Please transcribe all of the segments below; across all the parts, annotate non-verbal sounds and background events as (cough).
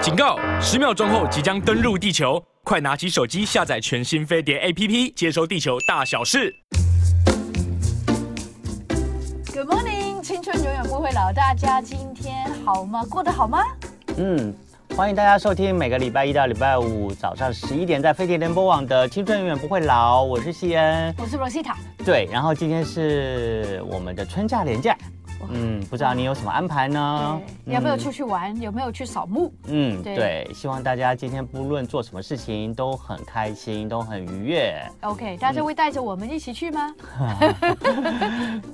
警告！十秒钟后即将登陆地球，快拿起手机下载全新飞碟 APP，接收地球大小事。 Good morning，青春永远不会老。大家今天好吗？过得好吗？嗯，欢迎大家收听每个礼拜一到礼拜五早上十一点在飞碟联播网的《青春永远不会老》，我是西恩。我是 Rosita，对，然后今天是我们的春假连假，嗯，不知道你有什么安排呢？有没有嗯出去玩？有没有去扫墓？嗯，对对，希望大家今天不论做什么事情都很开心，都很愉悦。 OK，大家会带着我们一起去吗？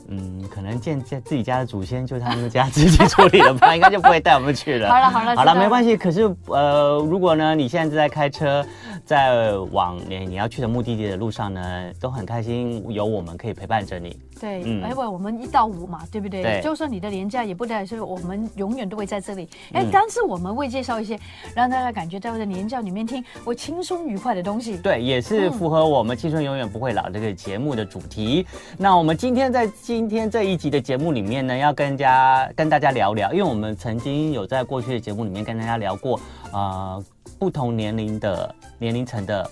嗯，可能见见自己家的祖先，就他们家自己处理 (laughs) 了吧，应该就不会带我们去了。好了好了好知道了，没关系。可是呃，如果呢，你现在正在开车，在往你你要去的目的地的路上呢，都很开心，有我们可以陪伴着你。对，嗯因为我们一到五嘛，对不对？对就算你的年假也不代表说我们永远都会在这里。哎，嗯但是我们会介绍一些让大家感觉到在年假里面听我轻松愉快的东西。对，也是符合我们《青春永远不会老》这个节目的主题。那我们今天在今天这一集的节目里面呢，要跟家跟大家聊聊，因为我们曾经有在过去的节目里面跟大家聊过，呃，不同年龄的年龄层的。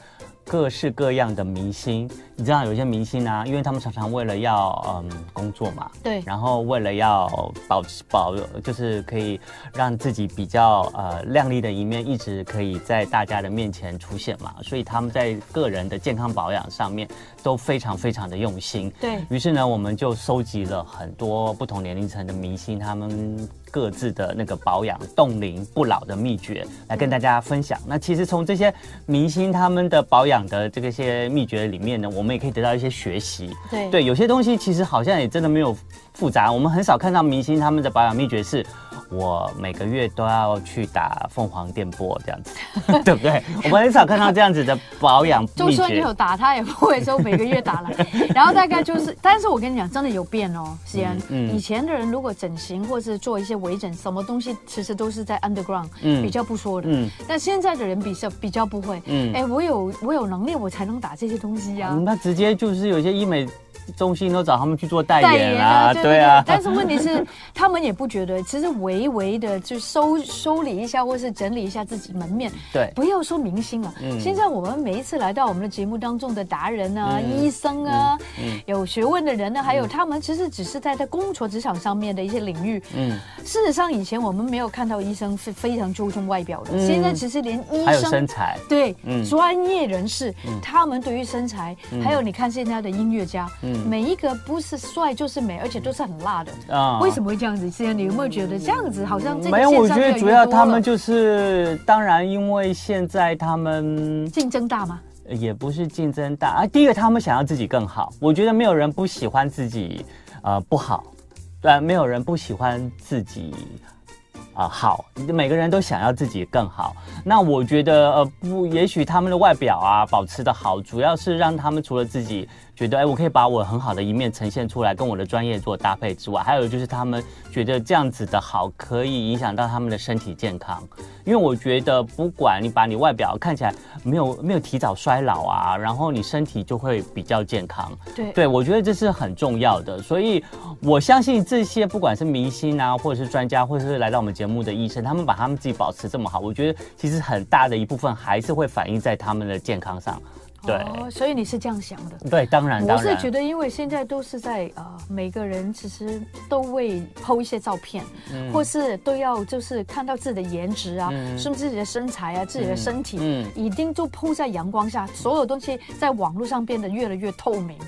各式各样的明星，你知道有些明星啊，因为他们常常为了要嗯工作嘛，对然后为了要保持保，就是可以让自己比较呃亮丽的一面一直可以在大家的面前出现嘛，所以他们在个人的健康保养上面都非常非常的用心。对于是呢，我们就收集了很多不同年龄层的明星，他们各自的那个保养冻龄不老的秘诀，来跟大家分享。那其实从这些明星他们的保养的这个些秘诀里面呢，我们也可以得到一些学习。对对，有些东西其实好像也真的没有复杂，我们很少看到明星他们的保养秘诀是。我每个月都要去打凤凰电波这样子， (laughs) 对不对？我们很少看到这样子的保养 (laughs) 就秘算你诀有。打他，也不会说每个月 (laughs) 打了。然后大概就是，但是我跟你讲，真的有变哦，西安。嗯嗯以前的人如果整形或是做一些微整，什么东西其实都是在 underground，、嗯比较不说的。嗯但现在的人比较比较不会。嗯哎，我有我有能力，我才能打这些东西呀、嗯那直接就是有些医美中心都找他们去做代代言言啊，啊，对啊，但是问题是，他们也不觉得，其实微微的就收收理一下，或是整理一下自己门面。对不要说明星了，嗯现在我们每一次来到我们的节目当中的达人啊、嗯医生啊、嗯有学问的人呢、啊还有他们其实只是在在工作职场上面的一些领域。嗯，事实上，以前我们没有看到医生是非常注重外表的，嗯现在其实连医还有生身材，对，嗯专业人士、他们对于身材，还有你看现在的音乐家，嗯每一个不是帅就是美，而且都是很辣的。啊为什么会这样子？现在你有没有觉得这样子好像这个没有，我现觉象越来得越主要多他们了就是，当然，因为现在他们呃竞争大吗？也不是竞争大啊。第一个，他们想要自己更好，我觉得没有人不喜欢自己，呃，不好，对，没有人不喜欢自己。啊、好，每个人都想要自己更好。那我觉得，呃，不，也许他们的外表啊，保持的好，主要是让他们除了自己觉得，哎，我可以把我很好的一面呈现出来，跟我的专业做搭配之外，还有就是他们觉得这样子的好，可以影响到他们的身体健康。因为我觉得，不管你把你外表看起来没有没有提早衰老啊，然后你身体就会比较健康。对对，我觉得这是很重要的，所以我相信这些不管是明星啊，或者是专家，或者是来到我们节目的医生，他们把他们自己保持这么好，我觉得其实很大的一部分还是会反映在他们的健康上。对，哦，所以你是这样想的。对，当然，我当是然，觉得，因为现在都是在呃，每个人其实都会 PO 一些照片，嗯或是都要就是看到自己的颜值啊，甚至自己的身材啊，自己的身体，嗯一定就 PO 在阳光下，所有东西在网络上变得越来越透明。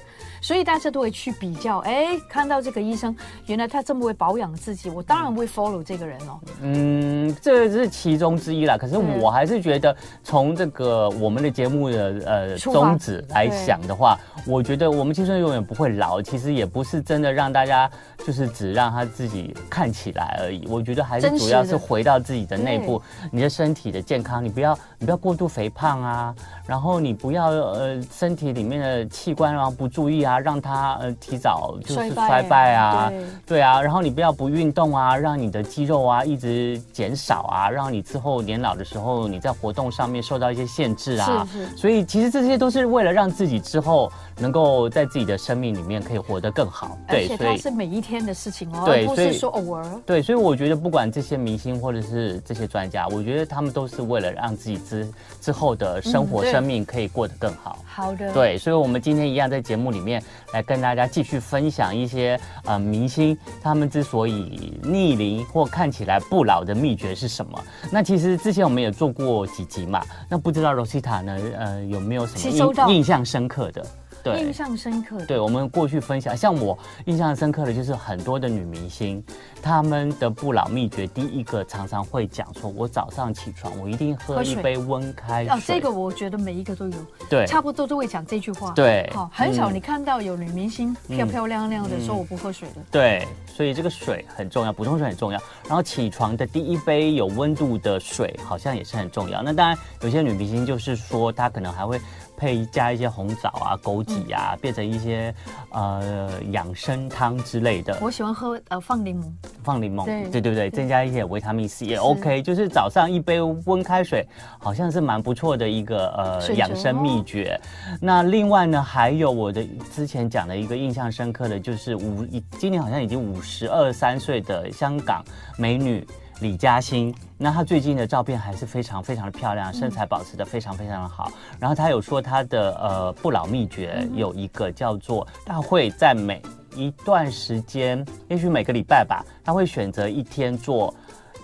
所以大家都会去比较，哎，看到这个医生，原来他这么会保养自己，我当然会 follow 这个人哦。嗯，这是其中之一啦。可是嗯我还是觉得，从这个我们的节目的呃出发宗旨来想的话，我觉得我们青春永远不会老。其实也不是真的让大家就是只让他自己看起来而已。我觉得还是真实主的要是回到自己的内部，你的身体的健康，你不要你不要过度肥胖啊，然后你不要呃身体里面的器官啊不注意啊，让它呃提早就是衰败衰败啊对。对啊，然后你不要不运动啊，让你的肌肉啊一直减少啊，让你之后年老的时候你在活动上面受到一些限制啊。是是所以其实这些些都是为了让自己之后能够在自己的生命里面可以活得更好。而且所它以是每一天的事情哦，而对不所是以说偶尔。对，所以我觉得不管这些明星或者是这些专家，我觉得他们都是为了让自己之之后的生活、嗯对生命可以过得更好。好的，，对，所以，我们今天一样在节目里面来跟大家继续分享一些呃明星他们之所以逆龄或看起来不老的秘诀是什么。那其实之前我们也做过几集嘛，那不知道罗西塔呢，呃，有没有什吸收到么印印象深刻的？对印，象深刻的。对，我们过去分享，像我印象深刻的就是很多的女明星，她们的不老秘诀，第一个常常会讲说，我早上起床，我一定喝喝一水杯温开水。哦，这个我觉得每一个都有，对差不多都会讲这句话。，对，好，很少嗯你看到有女明星漂漂亮亮的说我不喝水的。对，所以这个水很重要，补充水很重要。然后起床的第一杯有温度的水好像也是很重要。那当然，有些女明星就是说她可能还会配加一些红枣啊、枸杞啊，变成一些呃养生汤之类的，我喜欢喝呃放柠檬，放柠檬，对对对对，增加一些维他命 C 也是 OK。就是早上一杯温开水，好像是蛮不错的一个呃选择养生秘诀。那另外呢，还有我的之前讲的一个印象深刻的就是五，已今年好像已经五十二三岁的香港美女。李嘉欣，那她最近的照片还是非常非常的漂亮，身材保持的非常非常的好。然后她有说她的呃不老秘诀嗯有一个叫做，她会在每一段时间，也许每个礼拜吧，她会选择一天做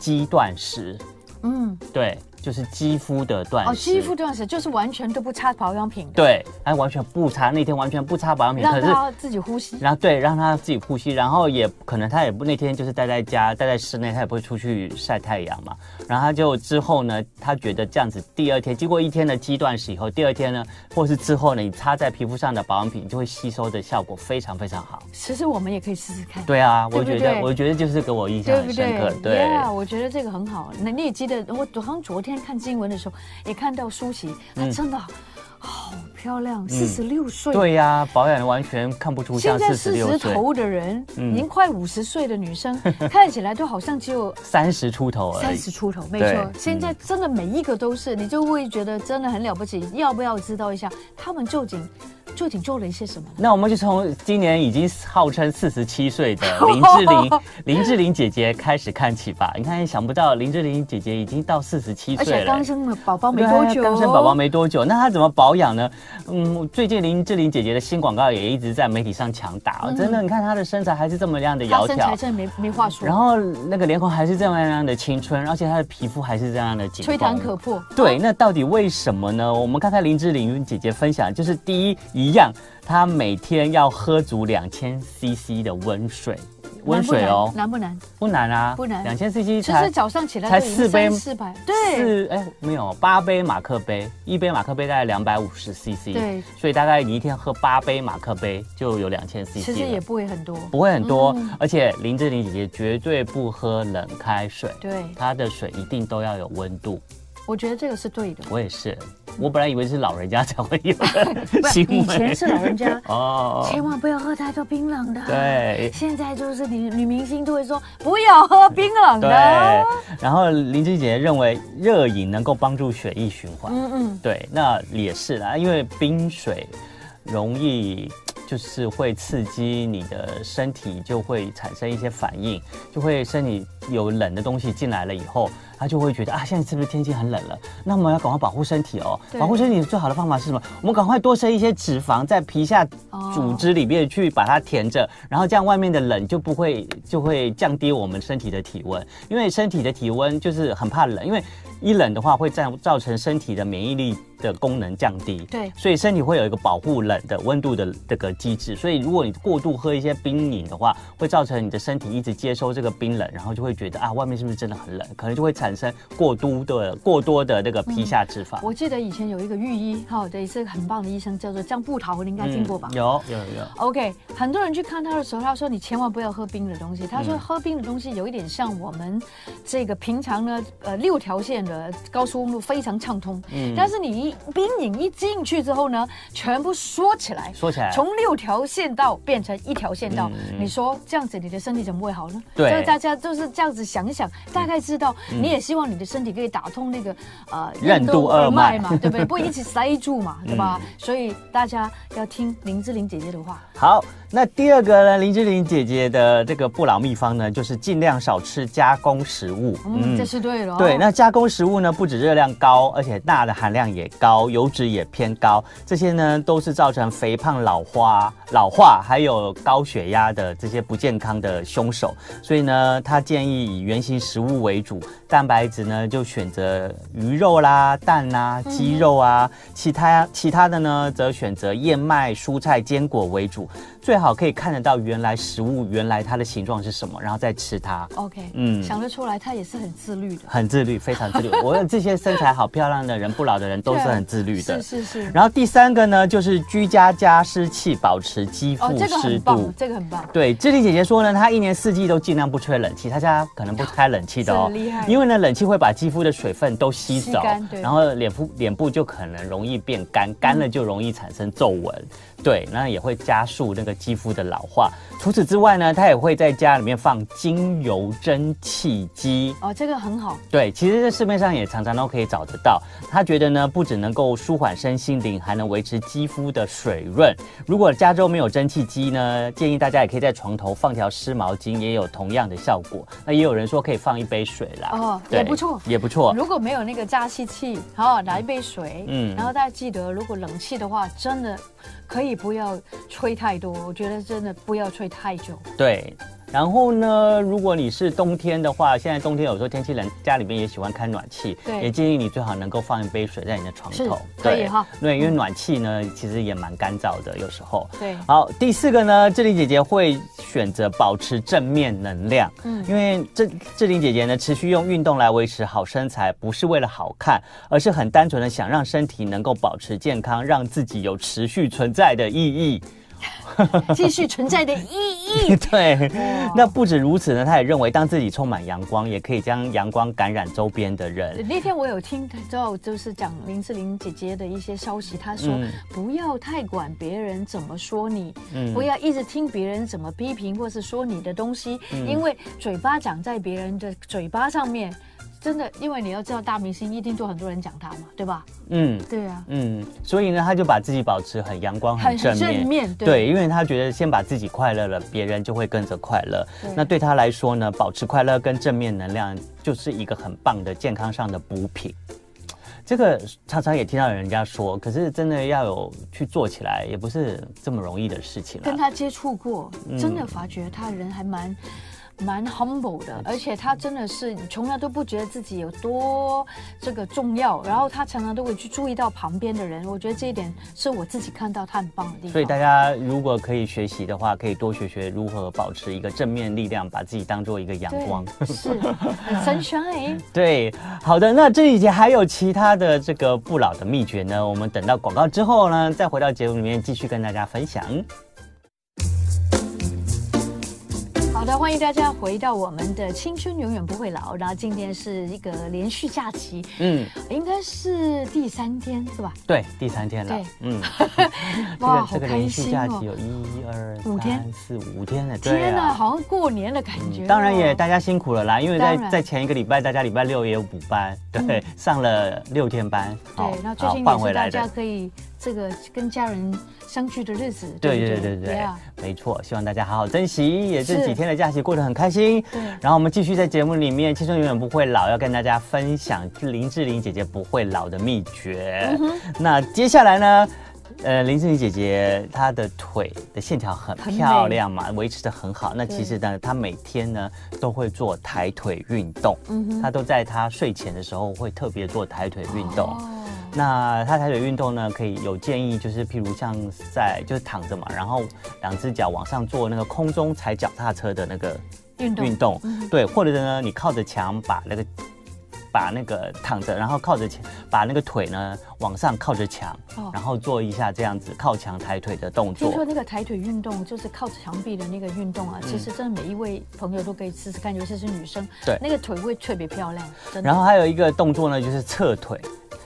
肌断食，嗯，对，就是肌肤的断哦，食。肌肤断食就是完全都不擦保养品的，对，她完全不擦，那天完全不擦保养品，让可是它自己呼吸。然后对，让他自己呼吸，然后也可能他也不那天就是待在家，待在室内，他也不会出去晒太阳嘛。然后他就之后呢，他觉得这样子，第二天经过一天的肌断食以后，第二天呢，或是之后呢，你擦在皮肤上的保养品就会吸收的效果非常非常好。其实我们也可以试试看。对啊，对我不觉对得我觉得就是给我印象对很不深刻对，呀，我觉得这个很好。那你也记得，我好像昨天看新闻的时候，也看到舒淇，她真的好漂亮，四十六岁。嗯对呀、保养得完全看不出现像在四四十十六岁。头的人，嗯已经快五十岁的女 (laughs) 生，看起来都好像只有三十出头而三已十，出头，没哎对错嗯。现在真的每一个都是，你就会觉得真的很了不起。要不要知道一下他们究竟究竟做了一些什么呢？那我们就从今年已经号称四十七岁 (laughs) 的林志玲，林志玲姐姐开始看起吧。你看，想不到林志玲姐姐已经到四十七而岁且了刚。生了宝宝没对啊多久，哦刚生宝宝没多久，那她怎么保养呢？嗯，最近林志玲姐姐的新广告也一直在媒体上强打，嗯真的，你看她的身材还是这么样的她窈身材窕，真的没没话说，然后那个脸孔还是这么样的青春，而且她的皮肤还是这样的紧吹绷。弹可破。哦对，那到底为什么呢？我们看看林志玲姐姐分享，就是第一一样，她每天要喝足两千 CC 的温水，温水哦，难不难？不难啊，不难两千 CC 其实才早上起来才都已经四杯三四百，对，四哎没有八杯马克杯，一杯马克杯大概两百五十 CC，对，所以大概你一天喝八杯马克杯就有两千 CC 了。其实也不会很多，不会很多，嗯而且林志玲姐姐绝对不喝冷开水，对，她的水一定都要有温度。我觉得这个是对的。我也是，我本来以为是老人家才会有 (laughs) 不 (laughs) 的是，行为。，以前是老人家哦，千万不要喝太多槟榔的。 (laughs) 对现在就是女女明星都会说不要喝槟榔对的。。然后林志玲姐姐认为热饮能够帮助血液循环，嗯嗯，对，那也是啦，因为冰水容易。就是会刺激你的身体，就会产生一些反应，就会身体有冷的东西进来了以后，他就会觉得啊，现在是不是天气很冷了？那我们要赶快保护身体哦。对保护身体最好的方法是什么？我们赶快多吃一些脂肪在皮下哦组织里面去把它填着，然后这样外面的冷就不会就会降低我们身体的体温，因为身体的体温就是很怕冷，因为一冷的话会造造成身体的免疫力的功能降低，对所以身体会有一个保护冷的温度的这个机制，所以如果你过度喝一些冰饮的话，会造成你的身体一直接收这个冰冷，然后就会觉得啊，外面是不是真的很冷？可能就会产生过度的过多的那个皮下脂肪。我记得以前有一个御医，哈，对，是个很棒的医生，叫做江步桃，你应该听过吧？嗯有有有， OK，很多人去看他的时候，他说你千万不要喝冰的东西。他嗯说喝冰的东西有一点像我们这个平常呢，呃，六条线的高速公路非常畅通，嗯但是你一冰饮一进去之后呢，全部缩起来，说起来从六条线道变成一条线道，你说这样子你的身体怎么会好呢？嗯对嗯所以大家就是这样子想一想，大概知道你也也希望你的身体可以打通那个呃任督二脉嗯嘛，对不对？不一起塞住嘛，对吧？所以大家要听林志玲姐姐的话。好，那第二个呢，林志玲姐姐的这个不老秘方呢，就是尽量少吃加工食物。嗯，这是对了哦。对，那加工食物呢，不止热量高，而且钠的含量也高，油脂也偏高，这些呢都是造成肥胖、老化、老化还有高血压的这些不健康的凶手。所以呢，他建议以原型食物为主，蛋白质呢就选择鱼肉啦、蛋啊、鸡肉啊，其他其他的呢则选择燕麦、蔬菜、坚果为主，最好可以看得到原来食物原来它的形状是什么，然后再吃它。 OK，嗯嗯，想得出来，她也是很自律的。很自律，非常 (laughs) 自律。我问这些身材好、漂亮的人、不老的人都是很自律的是。是是。然后第三个呢，就是居家加湿器，保持肌哦，肤这个湿很度。棒，这个很棒。对，志玲姐姐说呢，她一年四季都尽量不吹冷气，她家可能不开冷气的哦这厉害，因为呢，冷气会把肌肤的水分都吸吸走干，对嗯然后脸部脸部就可能容易变干，干了就容易产生皱纹，对，那也会加速那个肌肤的老化。除此之外呢，她也会在家里面放精油蒸汽机，哦，这个很好，对，其实这市面上也常常都可以找得到。他觉得呢，不只能够舒缓身心灵，还能维持肌肤的水润。如果家中没有蒸汽机呢，建议大家也可以在床头放条湿毛巾，也有同样的效果。那也有人说可以放一杯水啦，哦对也不错也不错。如果没有那个加湿器，好，拿一杯水，嗯嗯，然后大家记得，如果冷气的话，真的可以不要吹太多，我觉得真的不要吹太久。对。然后呢，如果你是冬天的话，现在冬天有时候天气冷，家里面也喜欢开暖气，对也建议你最好能够放一杯水在你的床是头，可以哈嗯对，因为暖气呢其实也蛮干燥的，有时候。对，好，第四个呢，志玲姐姐会选择保持正面能量，嗯嗯， (laughs) 因为志志玲姐姐呢，持续用运动来维持好身材，不是为了好看，而是很单纯的想让身体能够保持健康，让自己有持续存在的意义。。嗯继续存在的意义对，那不止如此呢，她也认为，当自己充满阳光，也可以将阳光感染周边的人。那天我有听到，就是讲林志玲姐姐的一些消息，她说、嗯不要太管别人怎么说你，嗯不要一直听别人怎么批评或是说你的东西，嗯因为嘴巴长在别人的嘴巴上面，真的，因为你要知道大明星一定都很多人讲他嘛，对吧？嗯。对啊，嗯，所以呢，她就把自己保持很阳光、很很正面，正面对对，因为她觉得先把自己快乐了，别人就会跟着快乐。对那对她来说呢，保持快乐跟正面能量就是一个很棒的健康上的补品。这个常常也听到人家说，可是真的要有去做起来，也不是这么容易的事情跟啦。他接触过，嗯真的发觉他人还蛮。蛮 humble 的，而且他真的是从来都不觉得自己有多这个重要，然后他常常都会去注意到旁边的人，我觉得这一点是我自己看到他很棒的地方。所以大家如果可以学习的话，可以多学学如何保持一个正面力量，把自己当做一个阳光。对是很 (laughs) sunshine。对，好的，那这一节还有其他的这个不老的秘诀呢？我们等到广告之后呢，再回到节目里面继续跟大家分享。好的，欢迎大家回到我们的青春永远不会老。然后今天是一个连续假期，嗯，应该是第三天是吧？对，第三天了对，嗯， (laughs) 这哇，个好这个开连续心假期哦！有一二五天三四五天了，对天哪，啊。嗯好像过年的感觉哦。当然也大家辛苦了啦，因为在当然嗯在前一个礼拜，大家礼拜六也有补班，对，上了六天班，对，那最好近也换回是大来家的，可以这个跟家人相聚的日子，对不对对对啊，对，没错，希望大家好好珍惜，也这是几天的假期过得很开心，对然后我们继续在节目里面，《青春永远不会老》要跟大家分享林志玲姐姐不会老的秘诀。嗯那接下来呢？呃，林志玲姐姐她的腿的线条很很美漂亮嘛，维持的很好。那对其实呢，她每天呢都会做抬腿运动，嗯哼她都在她睡前的时候会特别做抬腿运动。哦那他抬腿运动呢，可以有建议，就是譬如像在就是躺着嘛，然后两只脚往上做那个空中踩脚踏车的那个运动运动，对，或者呢，你靠着墙把那个把那个躺着，然后靠着墙把那个腿呢往上靠着墙，哦然后做一下这样子靠墙抬腿的动听说作。那个抬腿运动，就是靠着墙壁的那个运动啊，其实真的每一位朋友都可以试试看，尤其是女生，嗯对那个腿会特别漂亮，真的。然后还有一个动作呢，就是侧腿，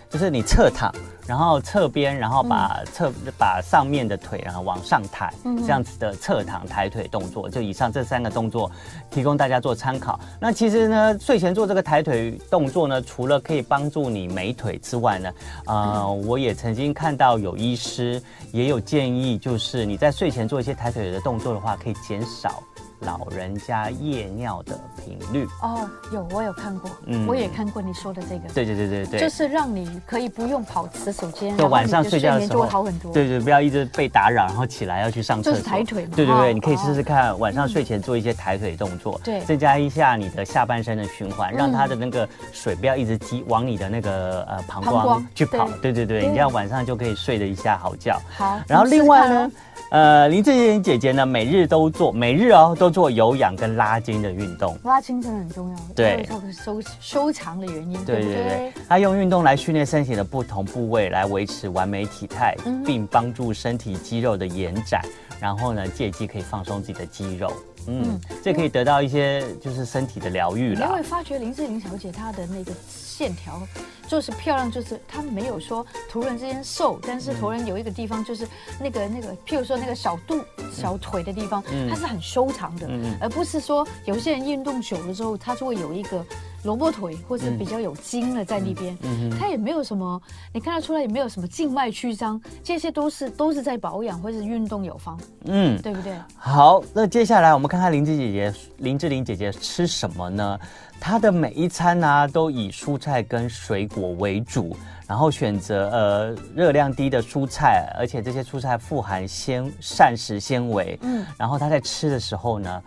就是你侧躺，然后侧边，然后把侧、把上面的腿然后往上抬，嗯这样子的侧躺抬腿动作。就以上这三个动作提供大家做参考。那其实呢，睡前做这个抬腿动作呢，除了可以帮助你美腿之外呢，呃，我也曾经看到有医师也有建议，就是你在睡前做一些抬腿的动作的话，可以减少老人家夜尿的频率。哦，有我有看过，嗯我也看过你说的这个，对对对对对，就是让你可以不用跑洗手间，就晚上然后睡你的睡觉的眠时就候会好很多。对对，不要一直被打扰，然后起来要去上厕哦就所。是抬腿嘛对对哦对，你可以试哦试看，晚上睡前做一些抬腿动作，对增加一下你的下半身的循环，让嗯它的那个水不要一直积往你的那个呃膀膀胱胱去跑。对对对，对嗯你这样晚上就可以睡得一下好觉。好，然后你试试另外看哦呢咯，，呃，林志颖姐姐呢，每日都做，每日哦都做有氧跟拉筋的运动。拉筋真的很重要，对这个收收藏的原因，对不对对，他用运动来训练身体的不同部位，来维持完美体态，嗯并帮助身体肌肉的延展，然后呢，借机可以放松自己的肌肉。嗯，这可以得到一些就是身体的疗愈你啦会。发觉林志玲小姐她的那个线条就是漂亮，就是她没有说突然之间瘦，但嗯是突然有一个地方就是那个那个，譬如说那个小肚、小腿的地方，它是很修长的，嗯而不是说有些人运动久了之后，她就会有一个萝卜腿，或嗯是比较有筋了在那边。她也没有什么，你看得出来也没有什么静脉曲张，这些都是都是在保养或是运动有方，嗯，对不对？好，那接下来我们看看林志姐姐，林志玲姐姐吃什么呢？她的每一餐呢、都以蔬菜跟水果为主，然后选择呃热量低的蔬菜，而且这些蔬菜富含纤膳食纤维。嗯嗯，然后她在吃的时候呢，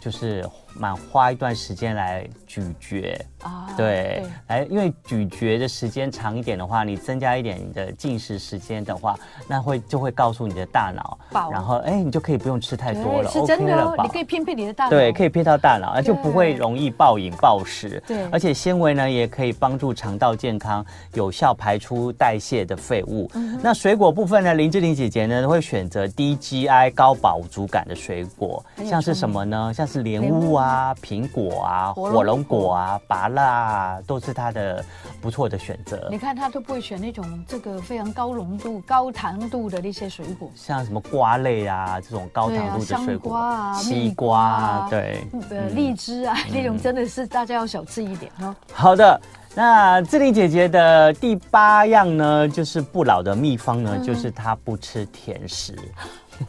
就是蛮花一段时间来咀嚼。啊，对，来，因为咀嚼的时间长一点的话，你增加一点你的进食时间的话，那会就会告诉你的大脑饱，然后哎，你就可以不用吃太多对，了是真，OK 的了哦，吧你？可以骗骗你的大脑，对，可以骗到大脑，就不会对容易暴饮暴食。对而且纤维呢也可以帮助肠道健康，有效排出代谢的废物。嗯那水果部分呢，林志玲姐姐呢会选择低 GI 高饱足感的水果，很有像创是意什么呢？像是莲莲雾啊、苹果啊、火火龙龙果果啊、芭乐啊，都是她的不错的选择你。看他都不会选那种这个非常高浓度、高糖度的那些水果，像什么瓜类啊，这种高对啊糖度的香水果，瓜啊蜜西瓜瓜啊啊，对，呃，嗯荔枝啊那种真的是大家要小吃一点哦。好的，那志玲姐姐的第八样呢，就是不老的秘方呢，就是她不吃甜食。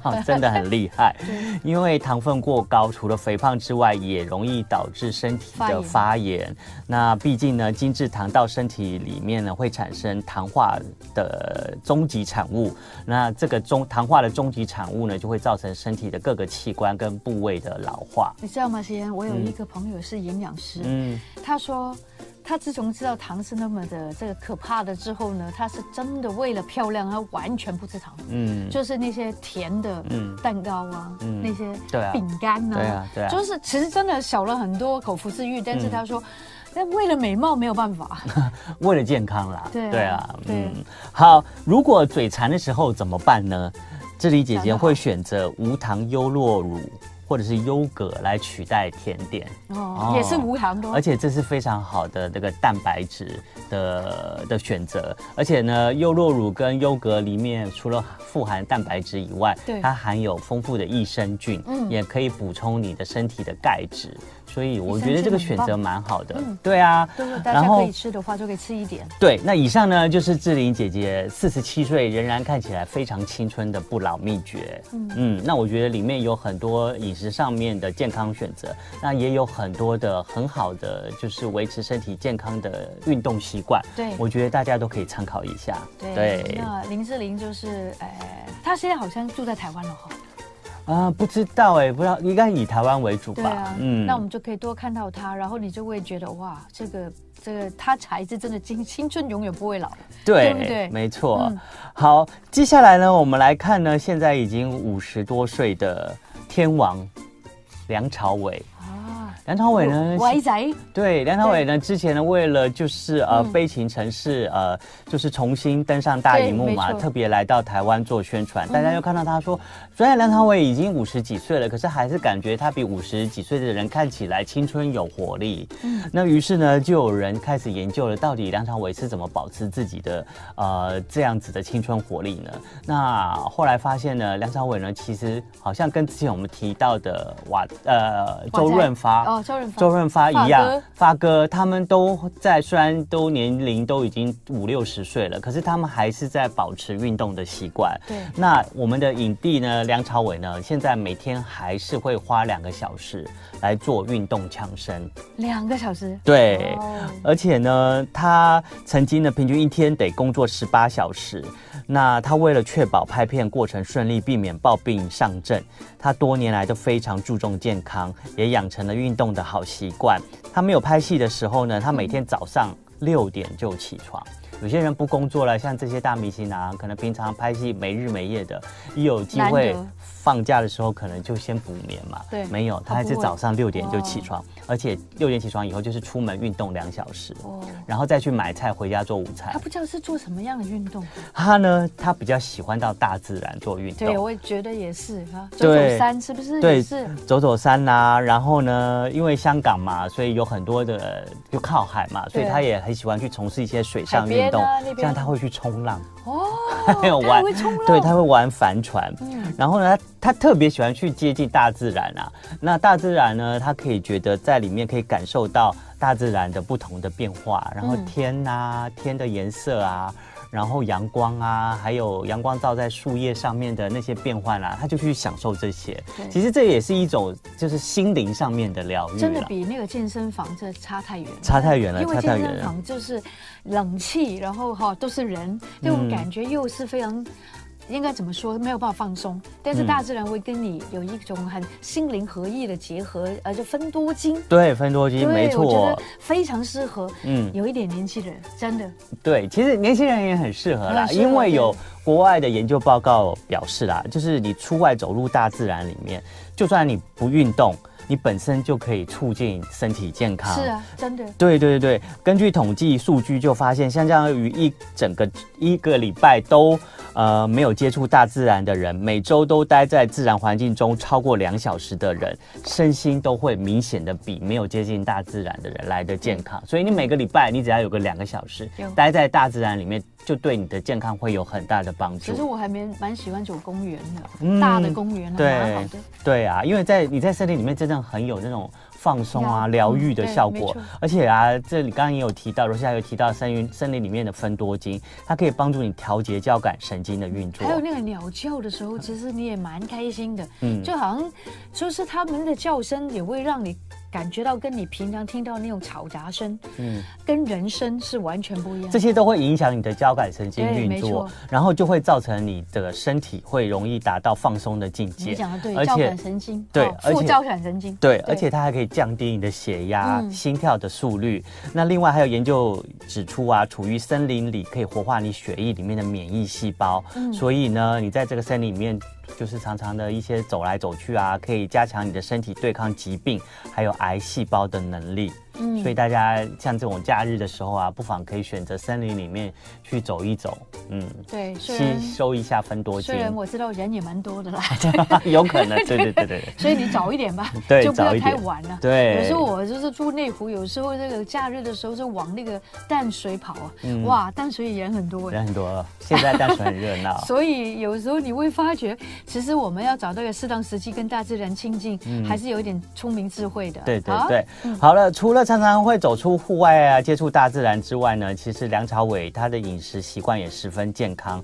哇真的很厉害，因为糖分过高，除了肥胖之外，也容易导致身体发的炎发炎。那毕竟呢，精制糖到身体里面呢，会产生糖化的终极产物。那这个中糖化的终极产物呢，就会造成身体的各个器官跟部位的老化。你知道吗，先我有一个朋友是营养师，嗯，他说。他自从知道糖是那么的这个可怕的之后呢，他是真的为了漂亮，他完全不吃糖，嗯就是那些甜的嗯蛋糕啊，嗯那些对啊饼干啊，对啊对啊嗯就是其实真的少了很多口腹之欲，但是他说，那、为了美貌没有办法，为了健康啦，对啊对嗯，好，如果嘴馋的时候怎么办呢？志玲姐姐会选择无糖优酪乳或者是优格来取代甜点，哦哦，也是无糖的哦，而且这是非常好的那个蛋白质的的选择。而且呢，优酪乳跟优格里面除了富含蛋白质以外对，它含有丰富的益生菌，嗯也可以补充你的身体的钙质。所以我益生觉得菌这个很选棒择蛮好的嗯，对啊。如果大然家后可以吃的话，就可以吃一点。对，那以上呢就是志玲姐姐四十七岁仍然看起来非常青春的不老秘诀。嗯那我觉得里面有很多饮食上面的健康选择，那也有很多的很好的就是维持身体健康的运动习惯。对我觉得大家都可以参考一下。对，那林志玲就是，呃，她现在好像住在台湾了哈。啊、不知道哎、不知道应该以台湾为主对吧？啊，嗯那我们就可以多看到她，然后你就会觉得哇，这个这个她才是真的青青春永远不会老。对，对不对没错。嗯好，接下来呢，我们来看呢，现在已经五十多岁的天王梁朝伟。啊，梁朝伟呢？伟仔，对，梁朝伟呢，之前呢，为了就是呃嗯《悲情城市》呃，就是重新登上大对荧幕没嘛，错嗯特别来到台湾做宣传。大家又看到他说，虽然梁朝伟已经五十几岁了，可是还是感觉他比五十几岁的人看起来青春有活力。嗯那于是呢，就有人开始研究了，到底梁朝伟是怎么保持自己的呃这样子的青春活力呢？那后来发现呢，梁朝伟呢，其实好像跟之前我们提到的瓦呃周仔润发哦周润发周润发一发样哥，发哥他们都在，虽然都年龄都已经五六十岁了，可是他们还是在保持运动的习惯。对那我们的影帝呢，梁朝伟呢，现在每天还是会花两个小时来做运动强身。两个小时，对。哦而且呢，他曾经呢平均一天得工作十八小时。那他为了确保拍片过程顺利，避免抱病上阵，他多年来都非常注重健康，也养成了运动的好习惯。他没有拍戏的时候呢，他每天早上六点就起床。有些人不工作了，像这些大明星啊，可能平常拍戏没日没夜的，一有机会难得放假的时候，可能就先补眠嘛。对没有，他他还不是会早上六点就起哇床，而且六点起床以后就是出门运动两小时。哦，然后再去买菜回家做午餐他。不知道是做什么样的运动，他呢，他比较喜欢到大自然做运对，动。我也觉得也是啊，走对走山是不是？对也是，走走山呐、然后呢，因为香港嘛，所以有很多的就靠海嘛，所以对他也很喜欢去从事一些水上海运边动啊那，边像他会去冲浪，哦，还有他还玩会冲浪，对，他会玩帆船。嗯然后呢，他他特别喜欢去接近大自然啊。那大自然呢，他可以觉得在里面可以感受到大自然的不同的变化，然后嗯天啊，天的颜色啊。然后阳光啊，还有阳光照在树叶上面的那些变换啊，他就去享受这些对。其实这也是一种就是心灵上面的疗愈嗯了。真的比那个健身房这差太远了，差太远了因为差太健远了身房就是冷气，然后哈、都是嗯人，那种感觉又是非常。应该怎么说？没有办法放松，但嗯是大自然会跟你有一种很心灵合一的结合，呃，就分多精。对，芬多精嗯没我觉错得。非常适合，嗯嗯，有一点年纪的人，真的，对，其实年轻人也很适合啦，很适合因为有国外的研究报告表示啦，就是你出外走入大自然里面，就算你不运动，你本身就可以促进身体健康。是啊，真的，对对对，根据统计数据就发现，相当于一整个一个礼拜都呃没有接触大自然的人，每周都待在自然环境中超过两小时的人，身心都会明显的比没有接近大自然的人来的健康。所以你每个礼拜你只要有个两个小时有待在大自然里面，就对你的健康会有很大的帮其实助。我还蛮蛮喜欢走公园的，嗯大的公园还啊蛮好对的。对啊，因为在你在森林里面真的很有那种放松啊、呀疗愈的嗯对效没果错。而且啊，这里刚刚也有提到，罗西亚有提到森林森林里面的芬多精，它可以帮助你调节交感神经的运作还。有那个鸟叫的时候，其实你也蛮开心的，嗯就好像就是他们的叫声也会让你感觉到跟你平常听到那种嘈杂声，嗯跟人声是完全不一样这。些都会影响你的交感神经对运没作错，然后就会造成你的身体会容易达到放松的境你界讲的，对，而交且感神经，对哦而且副交感神经，对，而且它还可以降低你的血压、嗯心跳的速率。那另外还有研究指出啊，处于森林里可以活化你血液里面的免疫细胞，所以呢，你在这个森林里面。就是常常的一些走来走去啊，可以加强你的身体对抗疾病，还有癌细胞的能力。嗯，所以大家像这种假日的时候啊，不妨可以选择森林里面去走一走，嗯，对，虽吸然收一下芬多精虽，然我知道人也蛮多的啦， (laughs) 有可能，对对对对对，所以你早一点吧 (laughs) 对就不早要一太点晚了。对有时候我就是住内湖，有时候这个假日的时候就往那个淡水跑啊，嗯哇，淡水也人很多哎。人很多，现在淡水很热闹，所以有时候你会发觉，其实我们要找到一个适当时机跟大自然亲近，还是有一点聪明智慧的。嗯对对啊对，好了，除了常常会走出户外啊，接触大自然之外呢，其实梁朝伟他的饮食习惯也十分健康。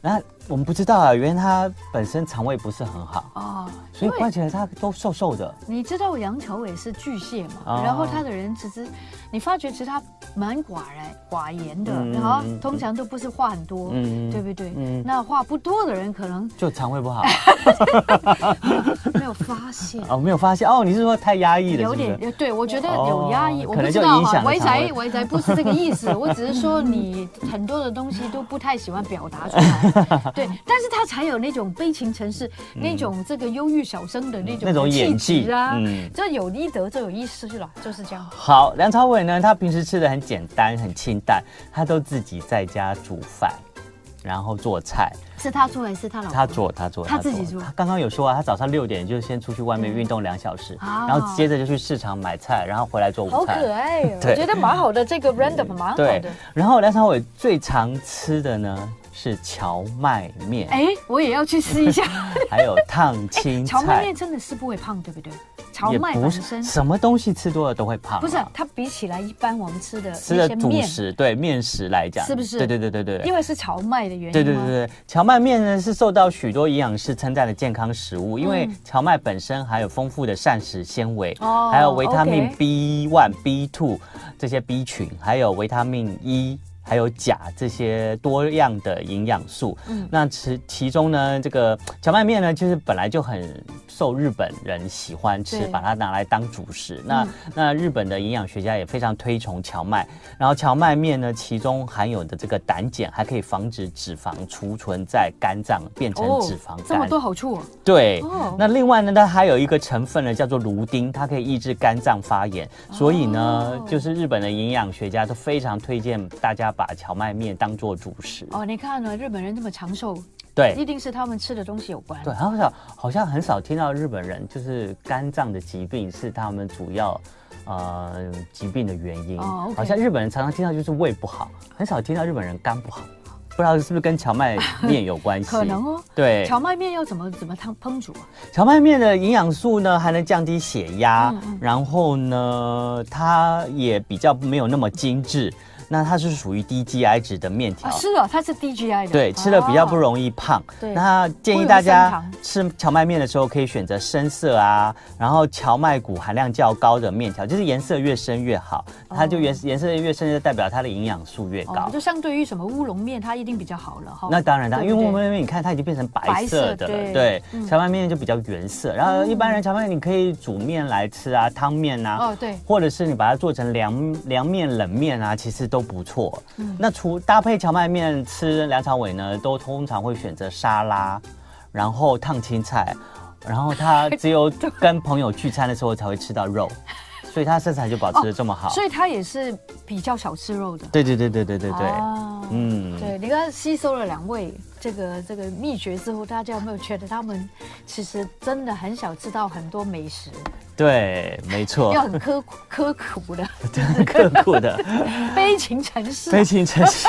那我们不知道啊，原来他本身肠胃不是很好，啊，所因以为看起来他都瘦瘦的。你知道杨朝伟是巨蟹嘛，哦然后他的人其实，你发觉其实他蛮寡然寡言的，嗯然后嗯通常都不是话很多，嗯对不对？嗯那话不多的人可能就肠胃不好没有发现。哦，没有发现哦？你是说太压抑了？有是不是点，呃对我觉得有压抑，哦我可不知能就道影响哈。了伟肠胃仔，伟仔不是这个意思，我只是说你很多的东西都不太喜欢表达出来， (laughs) 对，但是他才有那种悲情城市、那种这个忧郁小生的那种嗯那种演气技质啊，嗯哦这有一得，这有一失了，就是这样。好，梁朝伟呢，他平时吃的很简单，很清淡，他都自己在家煮饭，然后做菜，是他做还是他老婆？他做他做哦他自己做他刚刚有说啊，他早上六点就先出去外面运动两小时，啊然后接着就去市场买菜，然后回来做好午餐。可爱哦， (laughs) 对嗯我觉得蛮好的，这个 random 蛮好对的。，然后梁朝伟最常吃的呢是荞麦面，哎，我也要去试一下。还有烫青荞 (laughs) 麦菜面，真的是不会胖，对不对？哎荞也麦本不是身什么东西吃多了都会胖啊、不是它比起来一般我们吃的吃那的些主面，食，对面食来讲，是不是对对对对对。因为是荞麦的原因吗，对对对对，荞麦面呢是受到许多营养师称赞的健康食物，因为荞麦本身含有丰富的膳食纤维，嗯哦还有维他命 OK B one、B two 这些 B 群，还有维他命 E。还有钾这些多样的营养素，嗯那其其中呢，这个荞麦面呢，其实本来就很受日本人喜欢吃对，把它拿来当主食。那、嗯那日本的营养学家也非常推崇荞麦，然后荞麦面呢，其中含有的这个胆碱还可以防止脂肪储存在肝脏变成脂肪哦这么肝。多好处哦，对，哦那另外呢，它还有一个成分呢，叫做芦丁，它可以抑制肝脏发炎。所以呢，哦就是日本的营养学家都非常推荐大家把荞麦面当做主食。哦，你看呢，日本人这么长寿，一对。定是他们吃的东西有关。对，好像好像很少听到日本人就是肝脏的疾病是他们主要呃疾病的原因。哦，OK 好像日本人常常听到就是胃不好，很少听到日本人肝不好，不知道是不是跟荞麦面有关系？ (laughs) 可能哦。对，荞麦面要怎么怎么汤烹煮啊？荞麦面的营养素呢，还能降低血压，嗯嗯然后呢，它也比较没有那么精致。那它是属于低 GI 值的面条，啊，是哦，它是 DGI 的，对，吃了比较不易。容易胖。哦对那建议不大容易升家糖吃荞麦面的时候，可以选择深色啊，然后荞麦谷含量较高的面条，就是颜色越深越好。它就颜颜色越深，就代表它的营养素越高哦，。就相对于什么乌龙面，它一定比较好了哈。那当然啦，对因不为对乌龙面你看它已经变成白色的白色了，对对嗯，荞麦面就比较原色。然后一般人荞麦面你可以煮面来吃啊，汤面啊，哦，对，或者是你把它做成凉凉面、冷面啊，其实都不错。嗯那除搭配荞麦面吃梁朝伟呢，都通常会选择沙拉，然后烫青菜，然后他只有跟朋友聚餐的时候才会吃到肉，所以他身材就保持的这么好。所以它也是比较少吃肉的。对对对对对对对，哦嗯，对，你刚吸收了两位这个这个秘诀之后，大家有没有觉得他们其实真的很少吃到很多美食，对，没错 (laughs) 要，很刻苦刻苦的刻苦的。悲情城市啊 (laughs) 飞行城市。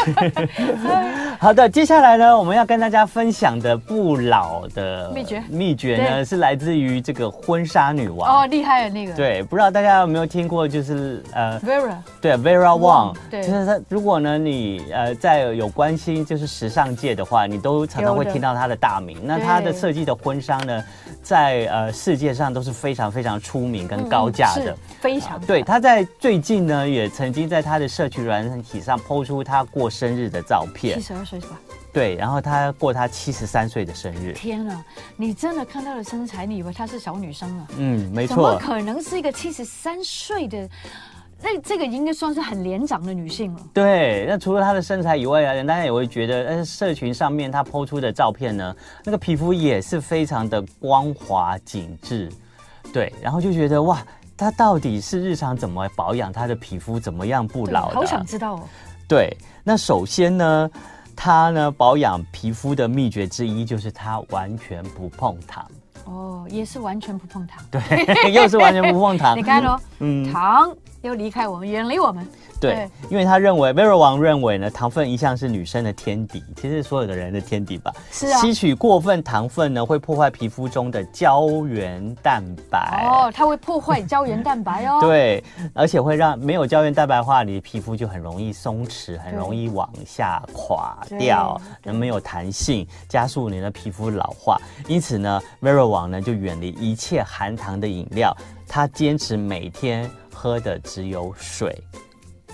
好的，接下来呢，我们要跟大家分享的不老的秘诀秘诀呢对是来自于这个婚纱女王。哦，厉害了那个对，不知道大家有没有听过，就是呃， Vera 对 Vera Wang， Wang，对就是她。如果呢，你呃在有关心就是时尚界的话，你都常常会有的听到她的大名。那她的对设计的婚纱呢，在呃世界上都是非常非常出名跟高价的。嗯啊是非常对，他在最近呢，也曾经在他的社群软体上抛出他过生日的照七片。十二岁是吧？对，然后他过他七十三岁的生日。天啊，你真的看到了身材，你以为她是小女生啊？嗯，没怎么错，可能是一个七十三岁的？那这个应该算是很年长的女性了。对。那除了他的身材以外啊，大家也会觉得，呃，社群上面他抛出的照片呢，那个皮肤也是非常的光滑紧致。对，然后就觉得哇。他到底是日常怎么保养他的皮肤，怎么样不对老的啊？好想知道哦。对，那首先呢，它呢保养皮肤的秘诀之一就是它完全不碰 (laughs) 糖，哦，也是完全不碰糖。对，又是完全不碰糖。你看咯， (laughs) 嗯，糖要离开我们，远离我们。对对，因为他认为 Vera 王认为呢，糖分一向是女生的天敌，其实所有的人的天敌吧。是啊吸取过分糖分呢，会破坏皮肤中的胶原蛋白。哦，它会破坏胶原蛋白哦。，对，而且会让没有胶原蛋白的话，你的皮肤就很容易松弛，很容易往下垮掉，对那没有弹性，加速你的皮肤老化。因此呢 v e r a 网呢就远离一切含糖的饮料，它坚持每天喝的只有水。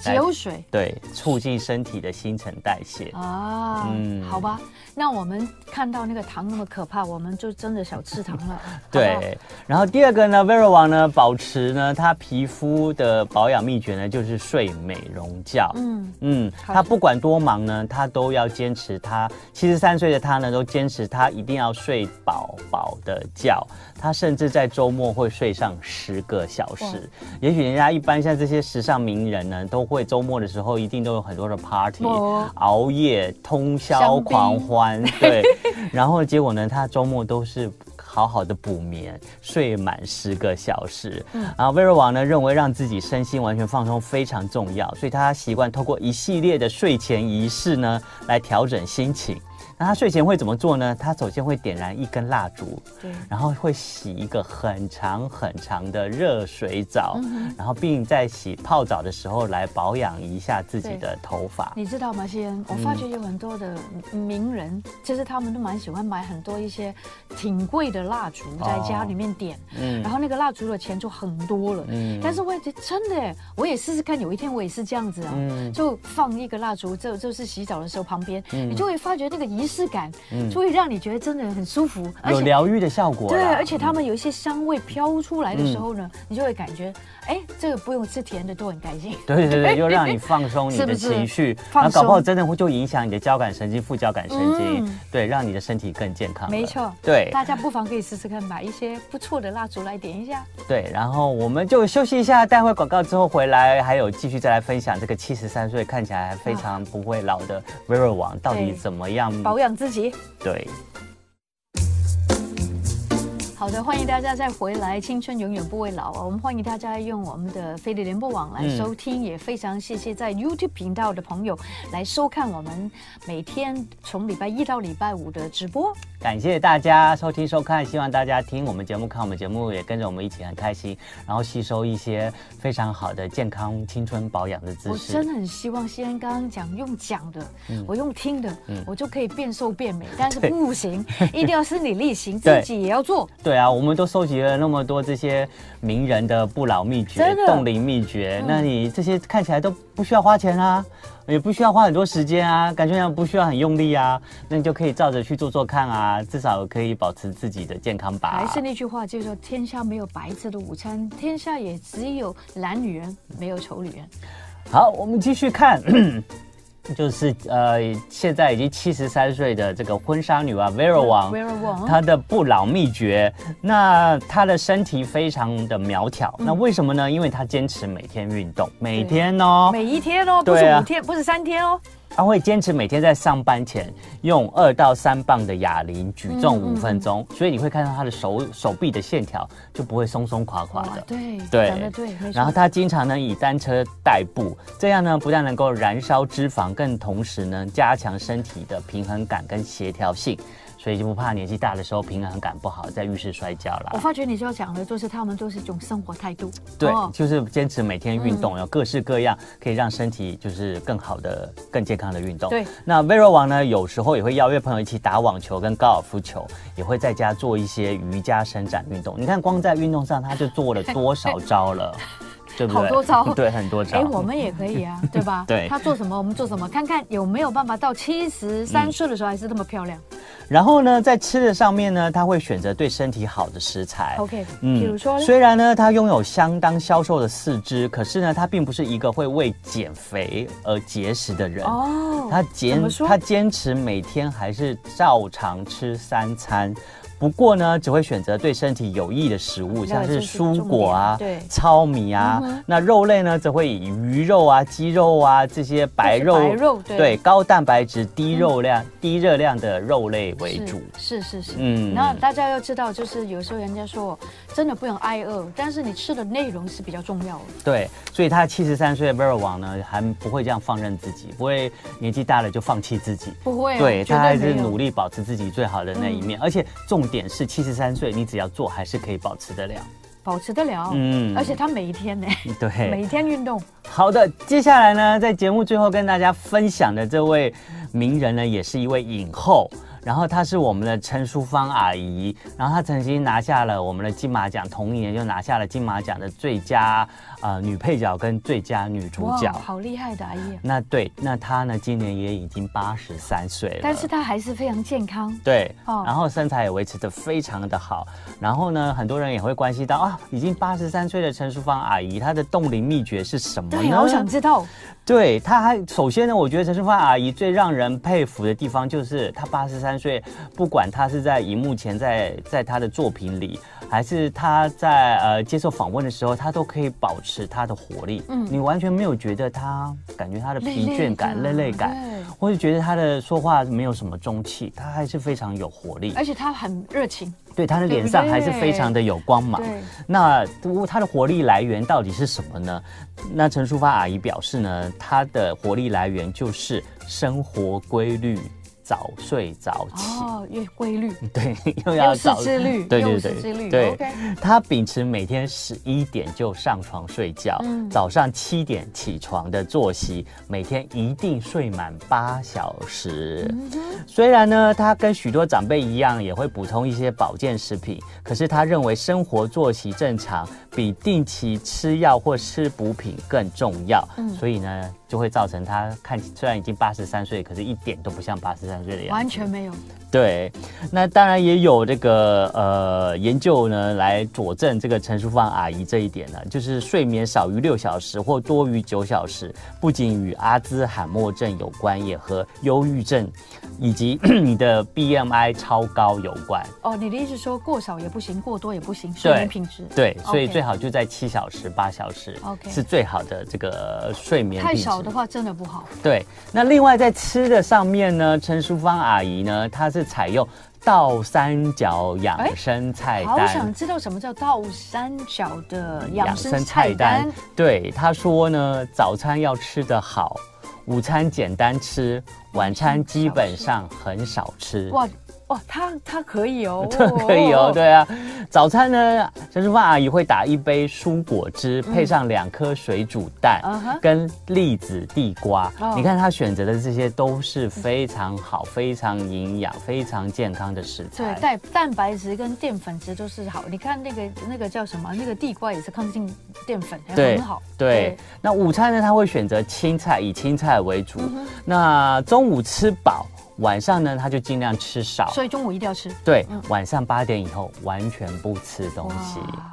来酒水 (laughs) 对促进身体的新陈代谢。啊，嗯好吧，那我们看到那个糖那么可怕，我们就真的少吃糖了，好 (laughs) 不好，对，然后第二个呢，Vera 王呢，保持呢她皮肤的保养秘诀呢，就是睡美容觉。嗯，嗯，好她不管多忙呢，她都要坚持她。七十三岁的她呢，都坚持她一定要睡饱饱的觉。她甚至在周末会睡上十个小哇时。也许人家一般像这些时尚名人呢，都会周末的时候一定都有很多的 party，、哦熬夜通香宵槟狂欢。对，然后结果呢，她周末都是。好好的补眠，睡满十个小时。嗯然后威尔王呢认为让自己身心完全放松非常重要，所以他习惯透过一系列的睡前仪式呢来调整心情。那他睡前会怎么做呢？他首先会点燃一根蜡烛，对，然后会洗一个很长很长的热水嗯澡，然后并在洗泡澡的时候来保养一下自己对的头发。你知道吗，西恩？我发觉有很多的名人，其实他们都蛮喜欢买很多一些挺贵的蜡烛，在家里面点，嗯然后那个蜡烛的钱就很多了。嗯但是我也觉得真的耶，我也试试看，有一天我也是这样子啊，嗯就放一个蜡烛，就就是洗澡的时候旁边，嗯你就会发觉那个仪式感，就会让你觉得真的很舒服，而有且。疗愈的效果啦。对，而且嗯他们有一些香味飘出来的时候呢，你就会感觉，哎，这个不用吃甜的都很开心。对对对，就让你放松你哎是的不是情绪，放然后搞不好松真的会就影响你的交感神经、副交感神经，嗯对，让你的身体更健康了。没错对大家不妨可以试试看，买一些不错的蜡烛来点一下。对。然后我们就休息一下，待会广告之后回来，还有继续再来分享这个七十三岁看起来非常不会老的 Vera 王到底对怎么样？保养自己。对，好的，欢迎大家再回来，青春永远不会老啊！我们欢迎大家用我们的飞碟联播网来收听，也非常谢谢在 YouTube 频道的朋友来收看我们每天从礼拜一到礼拜五的直播。感谢大家收听收看，希望大家听我们节目、看我们节目，也跟着我们一起很开心，然后吸收一些非常好的健康、青春保养的知我识。真的很希望西安刚刚讲用讲的，我用听的，我就可以变瘦变 (laughs) 美，但是嗯对不行，一定要身体力行，对自己也要做。对啊，我们都收集了那么多这些名人的不老秘诀真、的冻龄秘诀，嗯那你这些看起来都不需要花钱啊，也不需要花很多时间啊，感觉上不需要很用力啊，那你就可以照着去做做看啊，至少可以保持自己的健康吧还。是那句话，就是说天下没有白吃的午餐，天下也只有懒女人，没有丑女人。好，我们继续看。 (clears throat) 就是呃，现在已经七十三岁的这个婚纱女嗯王 Vera 王， Vera Wang 她的不老秘诀，那她的身体非常的苗条，嗯那为什么呢？因为她坚持每天运动，每天哦，每一天哦，不是对啊五天，不是三天哦。他会坚持每天在上班前用二到三磅的哑铃举重嗯嗯五分钟，所以你会看到他的手手臂的线条就不会松松垮垮哇的，。对，对讲的对，没然后错。他经常呢以单车代步，这样呢不但能够燃烧脂肪，更同时呢加强身体的平衡感跟协调性，所以就不怕年纪大的时候平衡感不好，在浴室摔跤我啦。发觉你就要讲的，就是他们都是一种生活态度。对哦，嗯就是坚持每天运动，有各式各样可以让身体就是更好的、更健康的运动。对，那 Vero 王呢，有时候也会邀约朋友一起打网球跟高尔夫球，也会在家做一些瑜伽伸展运动。你看，光在运动上他就做了多少招了，对不对？好多招 (laughs) 对，很多招。哎，我们也可以 (laughs) 啊，对吧？对他做什么我们做什么，看看有没有办法到七十三岁的时候还是这么漂亮。然后呢，在吃的上面呢，他会选择对身体好的食材。嗯 OK，比如说呢虽然呢，他拥有相当消瘦的四肢，可是呢，他并不是一个会为减肥而节食的人。哦，他怎坚么说他坚持每天还是照常吃三餐，不过呢，只会选择对身体有益的食物，像是蔬果啊、这是重点对嗯糙米啊。那肉类呢，则会以鱼肉啊、鸡肉啊这些白肉、白肉对嗯高蛋白质、低肉量、低热量的肉类为主。是是是，嗯嗯。那大家要知道，就是有时候人家说真的不用挨饿，但是你吃的内容是比较重要的。对，所以他七十三岁的贝尔王呢，还不会这样放任自己，不会年纪大了就放弃自己。不会啊，对绝他还没是有嗯努力保持自己最好的那一面，而且重点是七十三岁，你只要做还是可以保持得了。保持得了，嗯嗯，而且他每一天呢，每对，天运动，好的，接下来呢，在节目最后跟大家分享的这位名人呢，也是一位影后。然后她是我们的陈淑芳阿姨，然后她曾经拿下了我们的金马奖，同一年就拿下了金马奖的最佳呃女配角跟最佳女主角。好厉害的阿姨啊，那对，那她呢，今年也已经八十三岁了，但是她还是非常健康。对，哦然后身材也维持的非常的好。然后呢，很多人也会关心到啊，已经八十三岁的陈淑芳阿姨，她的冻龄秘诀是什么对，呢？哎我想知道。对她还首先呢，我觉得陈淑芳阿姨最让人佩服的地方就是她八十三岁，不管她是在荧幕前，在在她的作品里，还是她在呃接受访问的时候，她都可以保持她的活力。嗯嗯，你完全没有觉得她感觉她的疲倦感、累累累的累感对，或者觉得她的说话没有什么中气，她还是非常有活力。而且她很热情，对他的脸上还是非常的有光芒。对那他的活力来源到底是什么呢？那陈淑芳阿姨表示呢，她的活力来源就是生活规律，早睡早起。哦，越规律， (laughs) 对，又要又是早自律，对又对是自对律。对 OK，她秉持每天十一点就上床睡觉，嗯早上七点起床的作息，每天一定睡满八小时。嗯虽然呢，她跟许多长辈一样也会补充一些保健食品，可是她认为生活作息正常比定期吃药或吃补品更重要。嗯所以呢，就会造成她看起虽然已经八十三岁，可是一点都不像八十三岁的样子。完全没有。对，那当然也有这个呃研究呢，来佐证这个陈淑芳阿姨这一点呢，就是睡眠少于六小时或多于九小时，不仅与阿兹海默症有关，也和忧郁症 (laughs) 以及你的 BMI 超高有关。哦，你的意思说过少也不行，过多也不行，睡眠品质。对，所以 OK 最好就在七小时、八小时 OK 是最好的这个睡眠太品质少的话真的不好。对，那另外在吃的上面呢，陈淑芳阿姨呢，她是采用倒三角养生菜哎好想单。知道什么叫倒三角的养生菜单，，对她说呢，早餐要吃得好，午餐简单吃，晚餐基本上很少吃。哇哇，他他可以嗯 (laughs) 哦，可以哦，，对啊，早餐呢，陈淑芳阿姨会打一杯蔬果汁，配上两颗水煮蛋嗯哼跟栗子、地瓜。哦你看她选择的这些都是非常好、非常营养、非常健康的食对材。，蛋蛋白质跟淀粉质都是好。你看那个那个叫什么？那个地瓜也是抗性淀粉，还对很好。对，那午餐呢，她会选择青菜，以青菜为主。嗯那中午吃饱，晚上呢，她就尽量吃少对，。所以嗯中午一定要吃对，晚上八点以后完全不吃东西。哇，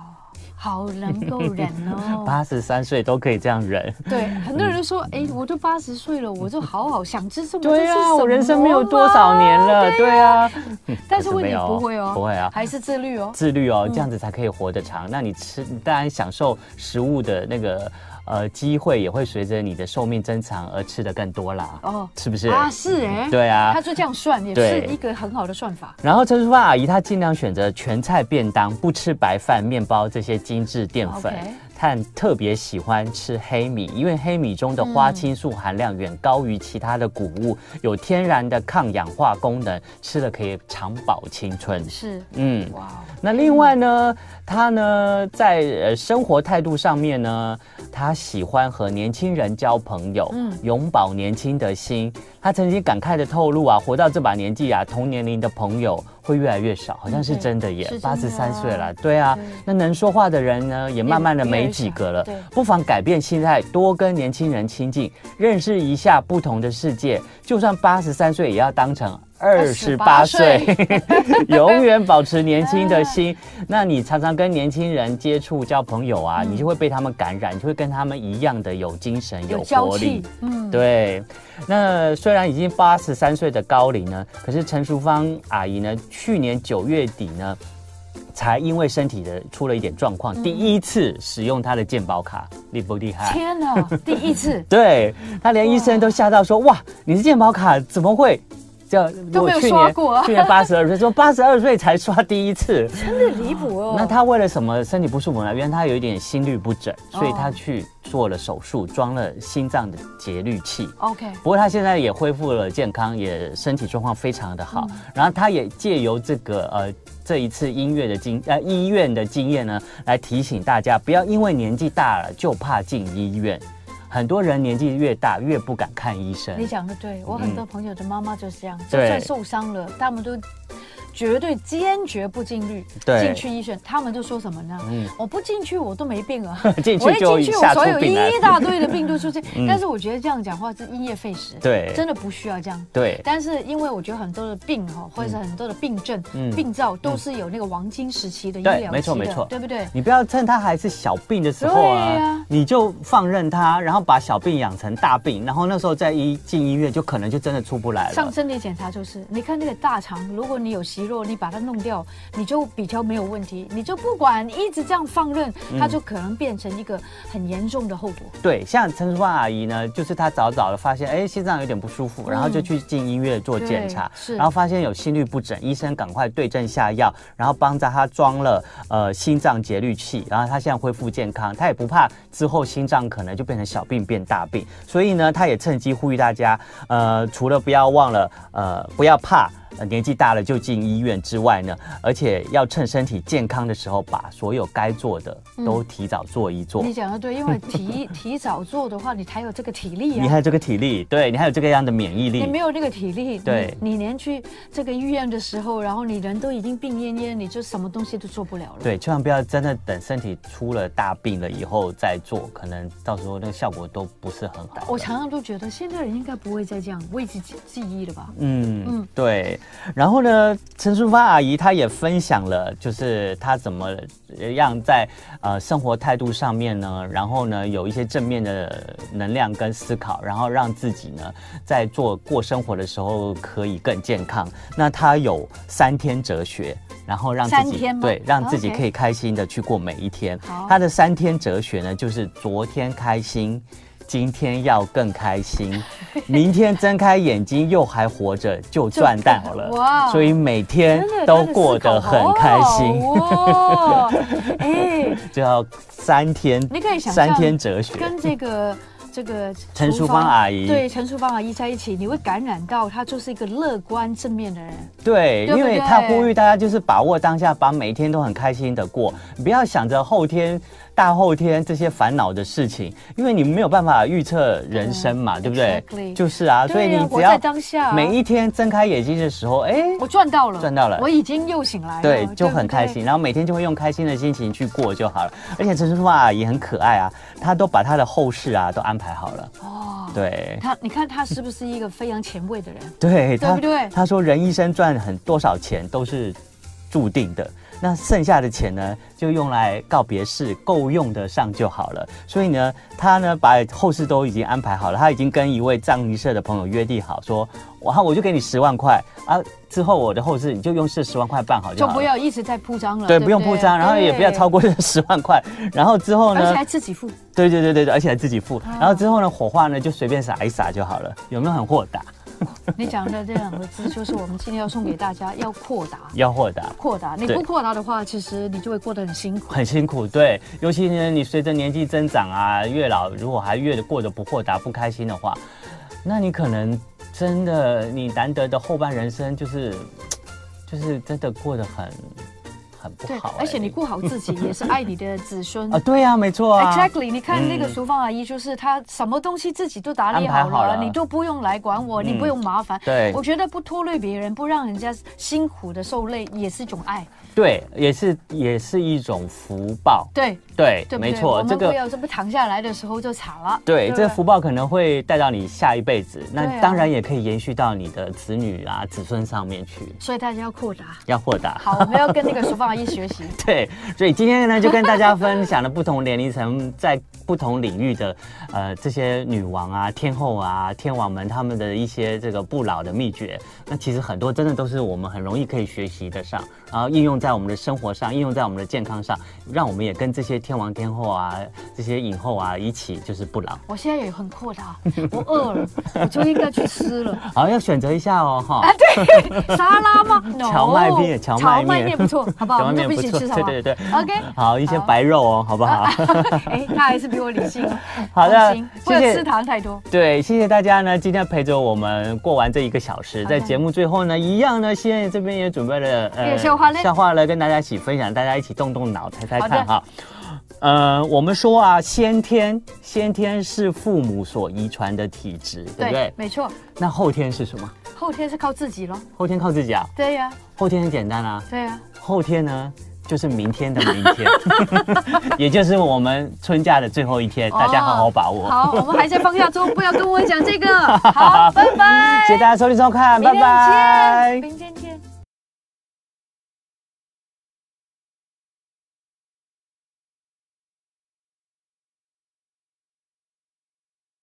好能够忍哦。 (laughs) 八十三岁都可以这样 (laughs) 忍。 (laughs) 对，很多人都说，哎，我都八十岁了，我就好好想吃什么就吃嗯对什啊，么我人生没有多少年嘛了，对啊。嗯但是问没题有不会哦，不会啊，还是自律哦。自律哦，这样子才可以活得长。那你吃，你当然享受食物的那个呃机会，也会随着你的寿命增长而吃的更多啦。哦是不是？啊，是哎，对啊他。就这样算，也对是一个很好的算法。然后陈淑芳阿姨她尽量选择全菜便当，不吃白饭、面包这些精致淀粉 OK。她特别喜欢吃黑米，因为黑米中的花青素含量远高于其他的谷物，有天然的抗氧化功能，吃了可以长保青春。是，嗯，哇哦，那另外呢，她呢在呃生活态度上面呢，她喜欢和年轻人交朋友，嗯嗯，永葆年轻的心。她曾经感慨的透露啊，活到这把年纪啊，同年龄的朋友会越来越少，好像是嗯对真的耶是，真八的十三岁了，对啊对，那能说话的人呢，也慢慢的没几个了对对。不妨改变心态，多跟年轻人亲近，认识一下不同的世界。就算八十三岁，也要当成二十八岁。永远保持年轻的心。 (laughs) 嗯那你常常跟年轻人接触、交朋友啊，你就会被他们感染，你就会跟他们一样的有精神、有有娇活力气。，嗯，对，那虽然已经八十三岁的高龄呢，可是陈淑芳阿姨呢，去年九月底呢，才因为身体的出了一点状况，第一次使用她的健保卡，厉不厉嗯害？天 (laughs) 哪，第一次对他连医生都吓到说：“哇，你是健保卡怎么会？”叫都没有我去刷年过啊去年八十二岁，说八十二岁才刷第一次。真的 (laughs) 离谱哦。那他为了什么身体不舒服呢？因为他有一点心律不整，所以哦他去做了手术，装了心脏的节律器。 OK，不过他现在也恢复了健康，也身体状况非常的好。然后他也借由这个呃这一次音乐的经呃医院的经验呢，来提醒大家不要因为年纪大了就怕进医院。很多人年纪越大越不敢看医生。你讲的对，我很多朋友的妈妈就是这样，就嗯对算受伤了，他们都绝对坚决不进律对嗯进去医院，他们就说什么呢？我不进去我都没病 (laughs) 啊，进我一去就进一去下我出所有病来嗯一大堆的病都 (laughs) 出现。但是我觉得这样讲话是因噎废食，对真的不需要这样。对但是因为我觉得很多的病哈，或者是很多的病症、嗯病灶都是有那个黄金时期的医对疗没错期的没错对不对？你不要趁他还是小病的时候啊，对啊你就放任他，然后把小病养成大病，然后那时候再一进医院，就可能就真的出不来上了。身体检查就是，你看那个大肠，如果你有息肉，你把它弄掉，你就比较没有问题。你就不管一直这样放任，嗯它就可能变成一个很严重的后果。对，像陈淑芳阿姨呢，就是她早早的发现，哎，心脏有点不舒服，然后就去进医院做检查，嗯对是然后发现有心律不整，医生赶快对症下药，然后帮着她装了呃心脏节律器，然后她现在恢复健康，她也不怕之后心脏可能就变成小病变大病，所以呢，她也趁机呼吁大家，呃，除了不要忘了呃不要怕。呃年纪大了就进医院之外呢，而且要趁身体健康的时候，把所有该做的都嗯提早做一做。你讲的对，因为 (laughs) 提提早做的话，你才有这个体力你啊。还有这个体力，对你还有这个样的免疫你没力，有那个体力，对你，你连去这个医院的时候，然后你人都已经病恹恹，你就什么东西都做不了了。对，千万不要真的等身体出了大病了以后再做，可能到时候那个效果都不是很好。我常常都觉得现在人应该不会再这样为自己记忆了吧？嗯嗯对。然后呢，陈淑芳阿姨她也分享了，就是她怎么样在呃生活态度上面呢，然后呢有一些正面的能量跟思考，然后让自己呢在做过生活的时候可以更健康。那她有三天哲学。然后让自三己天吗啊对，让自己 OK 可以开心的去过每一天。好她的三天哲学呢，就是昨天开心，今天要更 (laughs) 开心，明天睁开眼睛又还活着就赚到了。 (laughs) 哇所以每天真的哎哦都过得很开心，哇！ (laughs) 哎，就要三天，你可以想象三天哲学。跟这个这个陈淑芳阿姨对陈淑芳阿姨在一起，你会感染到她就是一个乐观正面的人。对，对不因为对他呼吁大家就是把握当下，把每一天都很开心的过，你不要想着后天、大后天这些烦恼的事情，因为你没有办法预测人生嘛，对不对嗯 exactly 就是啊，所以对啊你活在只要当下啊，每一天睁开眼睛的时候，哎，我赚到了，赚到了我已经又醒来了，对，就不很开心，。然后每天就会用开心的心情去过就好了。而且陈淑桦阿姨很可爱啊，她都把她的后事啊都安排好了。哦，对，她你看她是不是一个非常前卫的 (laughs) 人？对，她不对她说人一生赚很多少钱都是注定的，那剩下的钱呢，就用来告别式，够用得上就好了。所以呢，她呢把后事都已经安排好了，她已经跟一位葬仪社的朋友约定好，说，哇，我就给你十万块啊，之后我的后事你就用这十万块办好就就好不了。要一直在铺张了，对，不不用铺张，然后也不要超过，过这十万块。然后之后而且呢还，自己付。对对对对对，而且还自己付。然后之后呢，火化呢就随便撒一撒就好了，有没有很豁达？你讲的这两个字，就是我们今天要送给大家，要扩大。要豁达，扩大，你对不扩大的话，其实你就会过得很辛苦。很辛苦。对，尤其呢，你随着年纪增长啊，越老如果还越过得不豁达、不开心的话，那你可能真的你难得的后半人生就是，就是真的过得很很不对好、，而且你顾好自己，也是爱你的子 (laughs) 孙啊，。对啊，没错啊 Exactly，你看那个嗯淑芳阿姨，就是她什么东西自己都打理安排好好了，了嗯你都不用来管我，你不用麻烦。对我觉得不拖累别人，不让人家辛苦的受累，也是一种爱。对，也是也是一种福报。对，对，对不对？没错，我们不要这不躺下来的时候就惨了。对，不这福报可能会带到你下一辈子，对啊那当然也可以延续到你的子女啊、子孙上面去，所以大家要扩大。要豁达。好，我们要跟那个淑芳阿姨学习。 (laughs) 对，所以今天呢，就跟大家分享了不同年龄层在不同领域的，呃，这些女王啊、天后啊、天王们他们的一些这个不老的秘诀。那其实很多真的都是我们很容易可以学习得上，然后应用在我们的生活上，应用在我们的健康上，让我们也跟这些天王天后啊、这些影后啊一起就是不老。我现在也很扩 (laughs) 大，我饿了，我就应该去吃了。好，要选择一下哦，啊，哈。对，沙拉吗？No 荞麦面荞麦面不错，好不好？我荞麦们面都一起不吃，错好不好？对对对 OK， (laughs) 好，一些白肉哦，好不好？哎，他还是比我理性哦。 (laughs) 好的放心不要谢谢吃糖太多。对，谢谢大家呢，今天陪着我们过完这一个小时，好的在节目最后呢，一样呢，现在这边也准备了呃也笑话嘞笑话了，跟大家一起分享，大家一起动动脑，猜猜好的看哈。呃，我们说啊，先天先天是父母所遗传的体质，对不对？没错，那后天是什么？后天是靠自己咯。后天靠自己啊，对呀、后天很简单啊，对呀、后天呢就是明天的明天， (laughs) 也就是我们春假的最后一天，大家好好把握。哦好，我们还在放假 (laughs) 中，不要跟我讲这个。好，拜拜，谢谢大家收听收看，拜拜。明天见，明天见。